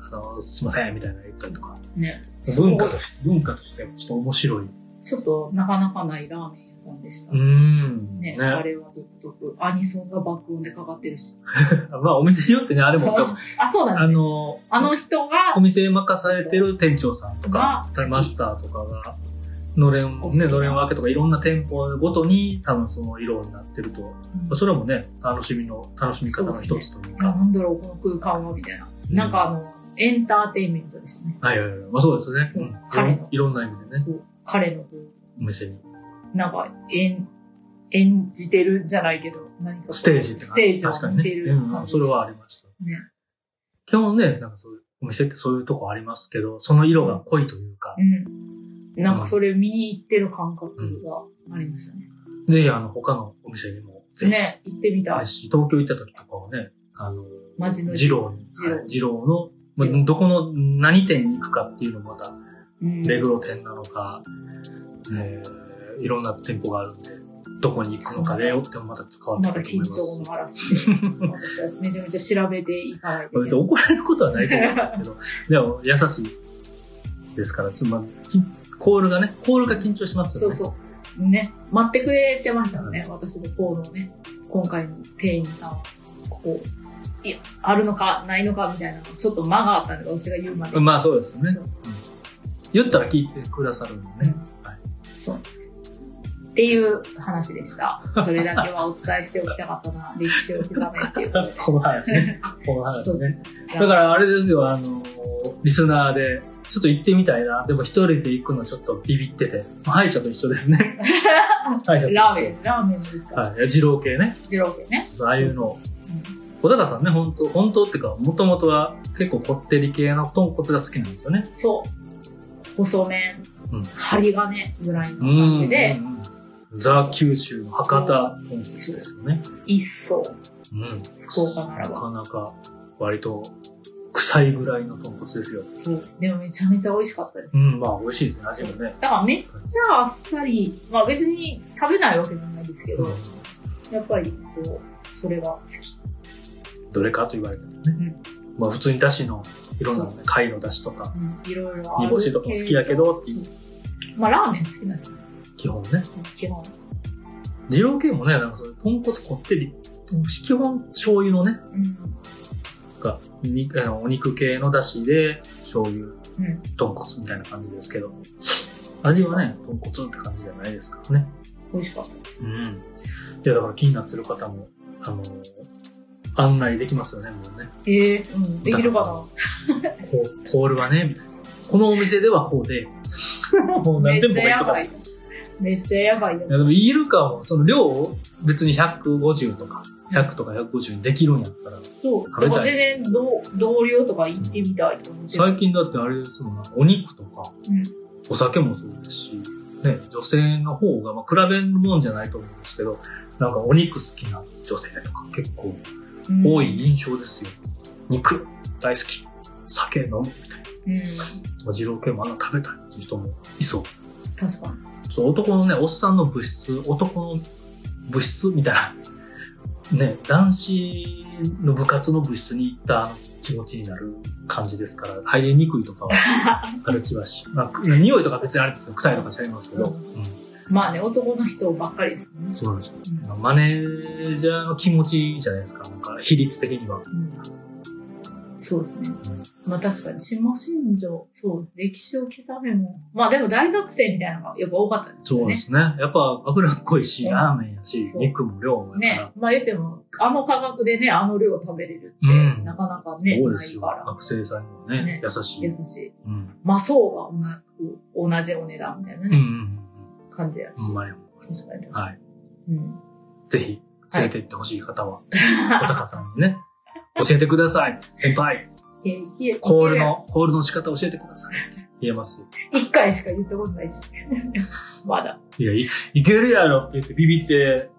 [SPEAKER 3] あの、すいません、みたいなの言ったりとか、
[SPEAKER 2] ね。
[SPEAKER 3] 文化として、文化としてちょっと面白い。う
[SPEAKER 2] ちょっと、なかなかないラーメン屋さんでした。
[SPEAKER 3] ーん。
[SPEAKER 2] ね、あれは独特。アニソンが爆音でかかってるし。
[SPEAKER 3] まあお店によってね、あれも多分、
[SPEAKER 2] [LAUGHS] あ、そうなんで
[SPEAKER 3] あ
[SPEAKER 2] すね。
[SPEAKER 3] の、
[SPEAKER 2] あの人
[SPEAKER 3] お
[SPEAKER 2] が、
[SPEAKER 3] 店任されてる店長さんとか
[SPEAKER 2] が好、き
[SPEAKER 3] マスターとかが、のれん、
[SPEAKER 2] お好き
[SPEAKER 3] ね、のれん分けとかいろんな店舗ごとに多分その色になってると、まあそれもね、楽しみの、楽しみ方の一つと
[SPEAKER 2] い
[SPEAKER 3] いう
[SPEAKER 2] や
[SPEAKER 3] か。
[SPEAKER 2] なんだろう、この空間は、みたいな。
[SPEAKER 3] うん
[SPEAKER 2] なんかあの、エンターテインメントですね。
[SPEAKER 3] はいはいはい。まあそうです
[SPEAKER 2] そう
[SPEAKER 3] ね。うん
[SPEAKER 2] 彼の
[SPEAKER 3] いろんいろんな意味でね、
[SPEAKER 2] そう彼のこう
[SPEAKER 3] お店に。
[SPEAKER 2] なんか演、演じてるじゃないけど、何かこう
[SPEAKER 3] ステージって
[SPEAKER 2] ス
[SPEAKER 3] 感
[SPEAKER 2] テー
[SPEAKER 3] じ。
[SPEAKER 2] ジ
[SPEAKER 3] 確か
[SPEAKER 2] を
[SPEAKER 3] に
[SPEAKER 2] 見
[SPEAKER 3] ね
[SPEAKER 2] て。る
[SPEAKER 3] うんう
[SPEAKER 2] 感
[SPEAKER 3] ん、
[SPEAKER 2] じ
[SPEAKER 3] それはありました。
[SPEAKER 2] ね
[SPEAKER 3] 基本ね、なんかそういう、お店ってそういうとこありますけど、その色が濃いというか、
[SPEAKER 2] うん。なんかそれ見に行ってる感覚がありましたね。
[SPEAKER 3] ぜひあの、他のお店にも、ぜひ
[SPEAKER 2] ね、行ってみた
[SPEAKER 3] で
[SPEAKER 2] い。
[SPEAKER 3] すし、東京行った時とかはね、あの、
[SPEAKER 2] マジの
[SPEAKER 3] 二郎に、
[SPEAKER 2] 二郎
[SPEAKER 3] はい二郎の、
[SPEAKER 2] 二
[SPEAKER 3] まあ、
[SPEAKER 2] 郎
[SPEAKER 3] どこの何店に行くかっていうのもまた、
[SPEAKER 2] うん
[SPEAKER 3] レグロ店なのか、えーいろんな店舗があるんで、どこに行くのかでよってもまた変わって
[SPEAKER 2] ま
[SPEAKER 3] く
[SPEAKER 2] た
[SPEAKER 3] ると思い
[SPEAKER 2] 緊
[SPEAKER 3] ます
[SPEAKER 2] 張の
[SPEAKER 3] [LAUGHS]
[SPEAKER 2] 嵐で。私はめちゃめちゃ調べていかない
[SPEAKER 3] ま
[SPEAKER 2] といけ
[SPEAKER 3] あ
[SPEAKER 2] ない。
[SPEAKER 3] 別に怒られることはないと思うんですけ
[SPEAKER 2] [LAUGHS]
[SPEAKER 3] ど、でも優しいですから、ちょっとまあ、きコールがね、コールが緊張します
[SPEAKER 2] そ
[SPEAKER 3] よ
[SPEAKER 2] う
[SPEAKER 3] ね。
[SPEAKER 2] そう。ね、待ってくれてましたよね。私の方のね、今回の店員さんは、ここ、いや、あるのか、ないのかみたいな、ちょっと間があったんで、私が言うまで。
[SPEAKER 3] まあそうですよね
[SPEAKER 2] そう。
[SPEAKER 3] 言ったら聞いてくださるんでね。
[SPEAKER 2] そう。っていう話でした。それだけはお伝えしておきたかった
[SPEAKER 3] [LAUGHS]
[SPEAKER 2] な。歴史を刻めっていう。
[SPEAKER 3] この話ね。この
[SPEAKER 2] そ
[SPEAKER 3] 話
[SPEAKER 2] う
[SPEAKER 3] ね
[SPEAKER 2] で。す。だ
[SPEAKER 3] だからあれですよ、あの、リスナーで、ちょっと行ってみたいな。でも一人で行くのちょっとビビってて。歯医者と一緒です
[SPEAKER 2] [LAUGHS]
[SPEAKER 3] ね。歯医者と一緒。
[SPEAKER 2] ラーメン、ラーメンですか。
[SPEAKER 3] はい。二郎系ね。
[SPEAKER 2] 二郎系ね。
[SPEAKER 3] そうああいうのを。
[SPEAKER 2] うん
[SPEAKER 3] 小高さんね、本当本当っていうか、もともとは結構こってり系の豚骨が好きなんですよね。
[SPEAKER 2] そう。細麺
[SPEAKER 3] うん、
[SPEAKER 2] 針金ぐらいの感じで、
[SPEAKER 3] うんうんうんザ・九州の博多豚骨ですよね。
[SPEAKER 2] 一層。
[SPEAKER 3] うん。
[SPEAKER 2] 福岡ならば
[SPEAKER 3] なかなか割と臭いぐらいの豚骨ですよ。
[SPEAKER 2] そう。でもめちゃめちゃ美味しかったです。
[SPEAKER 3] うん、まあ美味しいですね、味もね。
[SPEAKER 2] だからめっちゃあっさり、まあ別に食べないわけじゃないですけど、やっぱりこう、それが好き。
[SPEAKER 3] どれかと言われたらね、まあ普通にだしのいろんなね貝のだしとか
[SPEAKER 2] うんいろいろある
[SPEAKER 3] 煮干しとかも好きやけどっていう
[SPEAKER 2] まあラーメン好きなんですよね、
[SPEAKER 3] 基本ね
[SPEAKER 2] 基本。
[SPEAKER 3] 二郎系もねなんかそういう豚骨こってり基本醤油のね
[SPEAKER 2] うん。
[SPEAKER 3] が肉あのお肉系のだしで醤油
[SPEAKER 2] うん
[SPEAKER 3] 豚骨みたいな感じですけど味はね豚骨って感じじゃないですからね
[SPEAKER 2] 美味しかったです。
[SPEAKER 3] うんいやだから気になってる方もあの案内できますよねもうね
[SPEAKER 2] ええうん、できるかな
[SPEAKER 3] こうコールはねみたいなこのお店ではこ
[SPEAKER 2] [LAUGHS]
[SPEAKER 3] うでもう何店舗か行っとか
[SPEAKER 2] めっちゃやばい。めっちゃやばいよ
[SPEAKER 3] い。やでもイールカも、その量を別に150とか、100とか150にできるんやったら、
[SPEAKER 2] そう。でも全然同同僚とか行ってみたいと思って。
[SPEAKER 3] 最。近だってあれですもんな、お肉とか、
[SPEAKER 2] うん。
[SPEAKER 3] お酒もそうですし、ね、女性の方が、まあ、比べるもんじゃないと思うんですけど、なんかお肉好きな女性とか結構
[SPEAKER 2] うん
[SPEAKER 3] 多い。印象ですよ。肉大好き。酒飲む。
[SPEAKER 2] うん。
[SPEAKER 3] 二郎系もあんな食べたいっていう人もいそう。
[SPEAKER 2] 確か
[SPEAKER 3] そう、男のね、おっさんの物質、男の物質みたいな、 [LAUGHS] ね、男子の部活の部室に行った気持ちになる感じですから、入りにくいとかはある気
[SPEAKER 2] [LAUGHS]
[SPEAKER 3] はし、まあ、く匂いとか別にあれですよ、臭いとかちゃいますけど、
[SPEAKER 2] う
[SPEAKER 3] うん、
[SPEAKER 2] に。まあね、男の人ばっかりですね。
[SPEAKER 3] そうなんですよ。マネージャーの気持ちじゃないですか、なんか比率的には。
[SPEAKER 2] うん。そうですね。まあ確かに、下新庄、そう、歴史を刻めも。まあでも大学生みたいなのがやっぱ多かったんです
[SPEAKER 3] そ
[SPEAKER 2] よ
[SPEAKER 3] うで
[SPEAKER 2] ね。
[SPEAKER 3] すね。やっぱ脂っこいし、
[SPEAKER 2] うん
[SPEAKER 3] ラーメンやし、
[SPEAKER 2] そう
[SPEAKER 3] 肉も量もやから
[SPEAKER 2] ね。。まあ言っても、あの価格でね、あの量食べれるって、
[SPEAKER 3] うん
[SPEAKER 2] なかなかね、
[SPEAKER 3] そうで
[SPEAKER 2] な
[SPEAKER 3] す
[SPEAKER 2] い
[SPEAKER 3] よ。
[SPEAKER 2] から。
[SPEAKER 3] 学生さんにもね、
[SPEAKER 2] ね
[SPEAKER 3] 優しい。
[SPEAKER 2] 優
[SPEAKER 3] う
[SPEAKER 2] しい。
[SPEAKER 3] ん。
[SPEAKER 2] まあそうが同じ同じお値段みたいな
[SPEAKER 3] うんうんう
[SPEAKER 2] ね
[SPEAKER 3] ん。
[SPEAKER 2] 感じやし
[SPEAKER 3] う。んまい。
[SPEAKER 2] 確かに。
[SPEAKER 3] はい。
[SPEAKER 2] うん。
[SPEAKER 3] ぜひ、連れて行ってほしい方は、おたかさんにね、教えてください。先輩、コール。の、コールの仕方教えてください。言えますよ。
[SPEAKER 2] 一回しか言ったことないし。 [LAUGHS] まだ。
[SPEAKER 3] いや、いいけるやろって言ってビビって、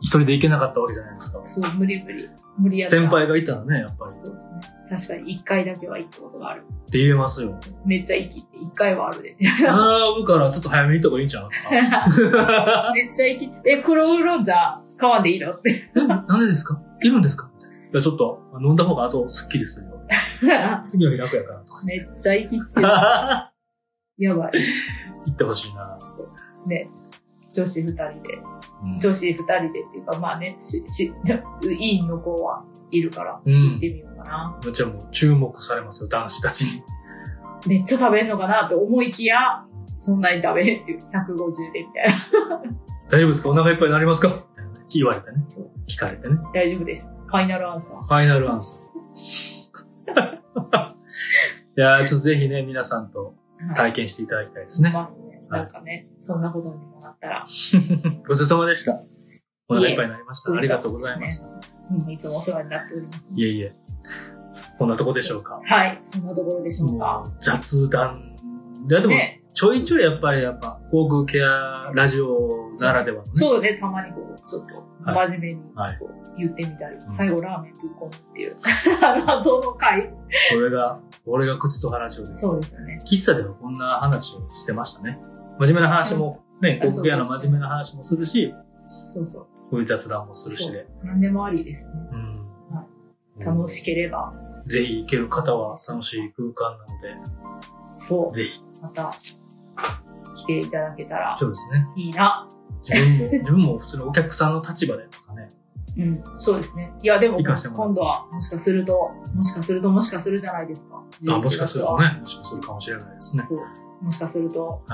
[SPEAKER 3] 一人で行けなかったわけじゃないですか。
[SPEAKER 2] そう、無理無理。無理やった
[SPEAKER 3] 先。輩がいたらね、やっぱり。
[SPEAKER 2] そうですね。確かに一回だけは行ったことがある。
[SPEAKER 3] って言えます [LAUGHS] よ。
[SPEAKER 2] めっちゃ息って一回はあるで。 [LAUGHS]
[SPEAKER 3] 並ぶからちょっと早めに行った方がいいんちゃう [LAUGHS] とか
[SPEAKER 2] めっちゃ息って。え、黒ウーロン茶買わんでいいのって。 [LAUGHS]
[SPEAKER 3] え、なんでですかいるんですかみたいないや、ちょっと飲んだ方が後すっきりするよ。次の日楽やからと
[SPEAKER 2] めっちゃ息って。
[SPEAKER 3] [LAUGHS] か。
[SPEAKER 2] やばい。
[SPEAKER 3] 行ってほしいな。
[SPEAKER 2] ね。女子二人で。
[SPEAKER 3] うん
[SPEAKER 2] 女子二人でっていうか、まあね、し、し、 [LAUGHS] 委員の子はいるから、
[SPEAKER 3] うん
[SPEAKER 2] 行ってみようかな。
[SPEAKER 3] もちろん注目されますよ、男子たちに。
[SPEAKER 2] めっちゃ食べんのかなと思いきや、そんなに食べへんっていう、150でみたいな。 [LAUGHS]
[SPEAKER 3] 大丈夫ですかお腹いっぱいになりますかみたいなね言われてね。
[SPEAKER 2] そう。
[SPEAKER 3] 聞かれてね。
[SPEAKER 2] 大丈夫です。ファイナルアンサー。
[SPEAKER 3] ファイナルアンサー。 [LAUGHS] いやーちょっとぜひね、皆さんと体験していただきたいですね。
[SPEAKER 2] ますね。なんかね、そんなことにもなったら、
[SPEAKER 3] ごちそうさまでした。お腹いっぱいになりました。ありがとうございました。
[SPEAKER 2] うん、いつもお世話になっております、
[SPEAKER 3] いえいえ。こんなとこでしょうか。
[SPEAKER 2] はい、そんなところでしょう
[SPEAKER 3] も
[SPEAKER 2] か。
[SPEAKER 3] う雑談。いやでも、
[SPEAKER 2] ね、
[SPEAKER 3] ちょいちょいやっぱりやっぱ、航空ケアラジオならではのね。
[SPEAKER 2] そうね、たまにこう、ちょっと
[SPEAKER 3] は
[SPEAKER 2] 真面目に
[SPEAKER 3] はい
[SPEAKER 2] こう言ってみたり、
[SPEAKER 3] ん
[SPEAKER 2] 最後ラーメンぶっ込むっていう、 [LAUGHS] 謎の回。
[SPEAKER 3] これが、俺が口と話をです。
[SPEAKER 2] そうですよね。
[SPEAKER 3] 喫茶ではこんな話をしてましたね。真面目な話も、ね、
[SPEAKER 2] あ
[SPEAKER 3] 航
[SPEAKER 2] そう
[SPEAKER 3] 空ケアの真面目な話もするし、
[SPEAKER 2] そうそう。
[SPEAKER 3] こういう雑談もするしで。
[SPEAKER 2] 何でもありですね。
[SPEAKER 3] うん
[SPEAKER 2] は楽しければ、
[SPEAKER 3] ぜひ行ける方は楽しい空間なので、
[SPEAKER 2] そ
[SPEAKER 3] ぜひ。
[SPEAKER 2] う、また来ていただけたら
[SPEAKER 3] そうですね。
[SPEAKER 2] いいな。
[SPEAKER 3] 自
[SPEAKER 2] [LAUGHS]
[SPEAKER 3] 分も、自分も普通のお客さんの立場でとかね。
[SPEAKER 2] うん、そうですね。いや、でも
[SPEAKER 3] 行かしてもらう
[SPEAKER 2] 今度は、もしかすると、もしかすると、もしかするじゃないですか。
[SPEAKER 3] あ、もしかすると
[SPEAKER 2] ね。
[SPEAKER 3] ね、もしかするかもしれないですね。
[SPEAKER 2] そうもしかすると、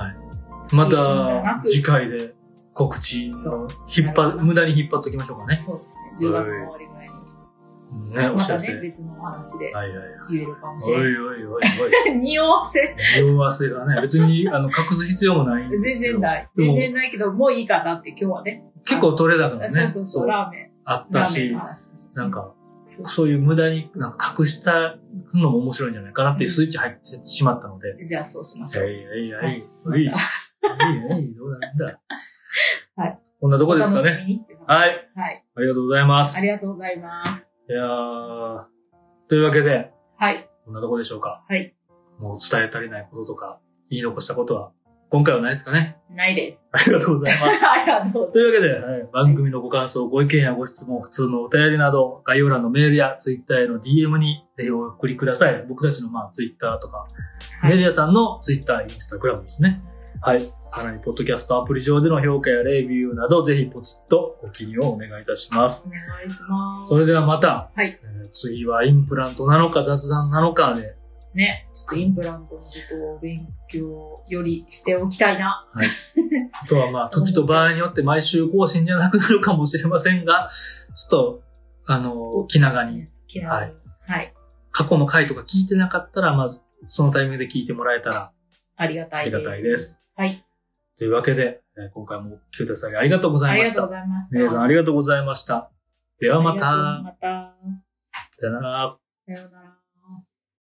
[SPEAKER 3] また次回で告知
[SPEAKER 2] そう
[SPEAKER 3] 引っ張無駄に引っ張っときましょうかね。
[SPEAKER 2] そうですね。10月の終わりぐらいに。
[SPEAKER 3] ね、お
[SPEAKER 2] ま
[SPEAKER 3] 知
[SPEAKER 2] た
[SPEAKER 3] らせ。
[SPEAKER 2] ね、別のお話で
[SPEAKER 3] はいはいはい。
[SPEAKER 2] 言えるかもし
[SPEAKER 3] お
[SPEAKER 2] れない。
[SPEAKER 3] いおいおいおい。
[SPEAKER 2] [LAUGHS] 匂わせ
[SPEAKER 3] 匂わせがね、別にあの隠す必要もないんです
[SPEAKER 2] 全
[SPEAKER 3] けど
[SPEAKER 2] 然。ない。
[SPEAKER 3] でも
[SPEAKER 2] 全然ないけど、もういいかなって今日はね。
[SPEAKER 3] 結構取れ高がね、
[SPEAKER 2] そうそうそう、ラーメン。
[SPEAKER 3] あっ
[SPEAKER 2] ラ
[SPEAKER 3] た
[SPEAKER 2] ーメン
[SPEAKER 3] し
[SPEAKER 2] の、話もしたし
[SPEAKER 3] なん、か、
[SPEAKER 2] そう
[SPEAKER 3] そういう無駄になんか隠したのも面白いんじゃないかなっていうスイッチ入ってしまったので。
[SPEAKER 2] じゃあそうしましょう。
[SPEAKER 3] はいはいはい。おい、おいおい、どうなんだ。
[SPEAKER 2] [LAUGHS] はい。
[SPEAKER 3] こんなとこですか
[SPEAKER 2] お楽し
[SPEAKER 3] ね。
[SPEAKER 2] みにってことで
[SPEAKER 3] はい。
[SPEAKER 2] はい。
[SPEAKER 3] ありがとうございます。
[SPEAKER 2] ありがとうございます。
[SPEAKER 3] いやー、というわけで、
[SPEAKER 2] はい。
[SPEAKER 3] こんなとこでしょうか。
[SPEAKER 2] はい。
[SPEAKER 3] もう伝え足りないこととか、言い残したことは、今回はないですかね。
[SPEAKER 2] ないです。 [LAUGHS]
[SPEAKER 3] ありがとうございます。
[SPEAKER 2] ありがとうござ
[SPEAKER 3] と
[SPEAKER 2] い
[SPEAKER 3] いうわけで、はい番組のご感想、ご意見やご質問、普通のお便りなど、概要欄のメールやツイッターへの DM にぜひお送りください。僕たちのまあツイッターとか、
[SPEAKER 2] はい
[SPEAKER 3] メディアさんのツイッター、インスタグラムですね。はい。さらに、ポッドキャストアプリ上での評価やレビューなど、ぜひポチッとご記入をお願いいたします。
[SPEAKER 2] ます。お願いします。
[SPEAKER 3] それではまた、
[SPEAKER 2] はい
[SPEAKER 3] えー次はインプラントなのか雑談なのかで、
[SPEAKER 2] ね、ちょっとインプラントのことを勉強よりしておきたいな。
[SPEAKER 3] あとはまあ時と場合によって毎週更新じゃなくなるかもしれませんが、ちょっと、あの、気長に、
[SPEAKER 2] 嫌い。
[SPEAKER 3] は
[SPEAKER 2] はいい。
[SPEAKER 3] 過去の回とか聞いてなかったら、まずそのタイミングで聞いてもらえたら
[SPEAKER 2] ありがた
[SPEAKER 3] あ
[SPEAKER 2] い
[SPEAKER 3] り
[SPEAKER 2] で
[SPEAKER 3] が
[SPEAKER 2] す。
[SPEAKER 3] たいです。
[SPEAKER 2] はい。
[SPEAKER 3] というわけで、えー今回もお聞きくださりありがとうござ
[SPEAKER 2] あ
[SPEAKER 3] い
[SPEAKER 2] り
[SPEAKER 3] ま
[SPEAKER 2] が
[SPEAKER 3] し
[SPEAKER 2] とう
[SPEAKER 3] た
[SPEAKER 2] ご。ざいました。
[SPEAKER 3] 皆さんありがとうございました。ではまた、
[SPEAKER 2] ありがとうまた。
[SPEAKER 3] さよなら。
[SPEAKER 2] さようなら。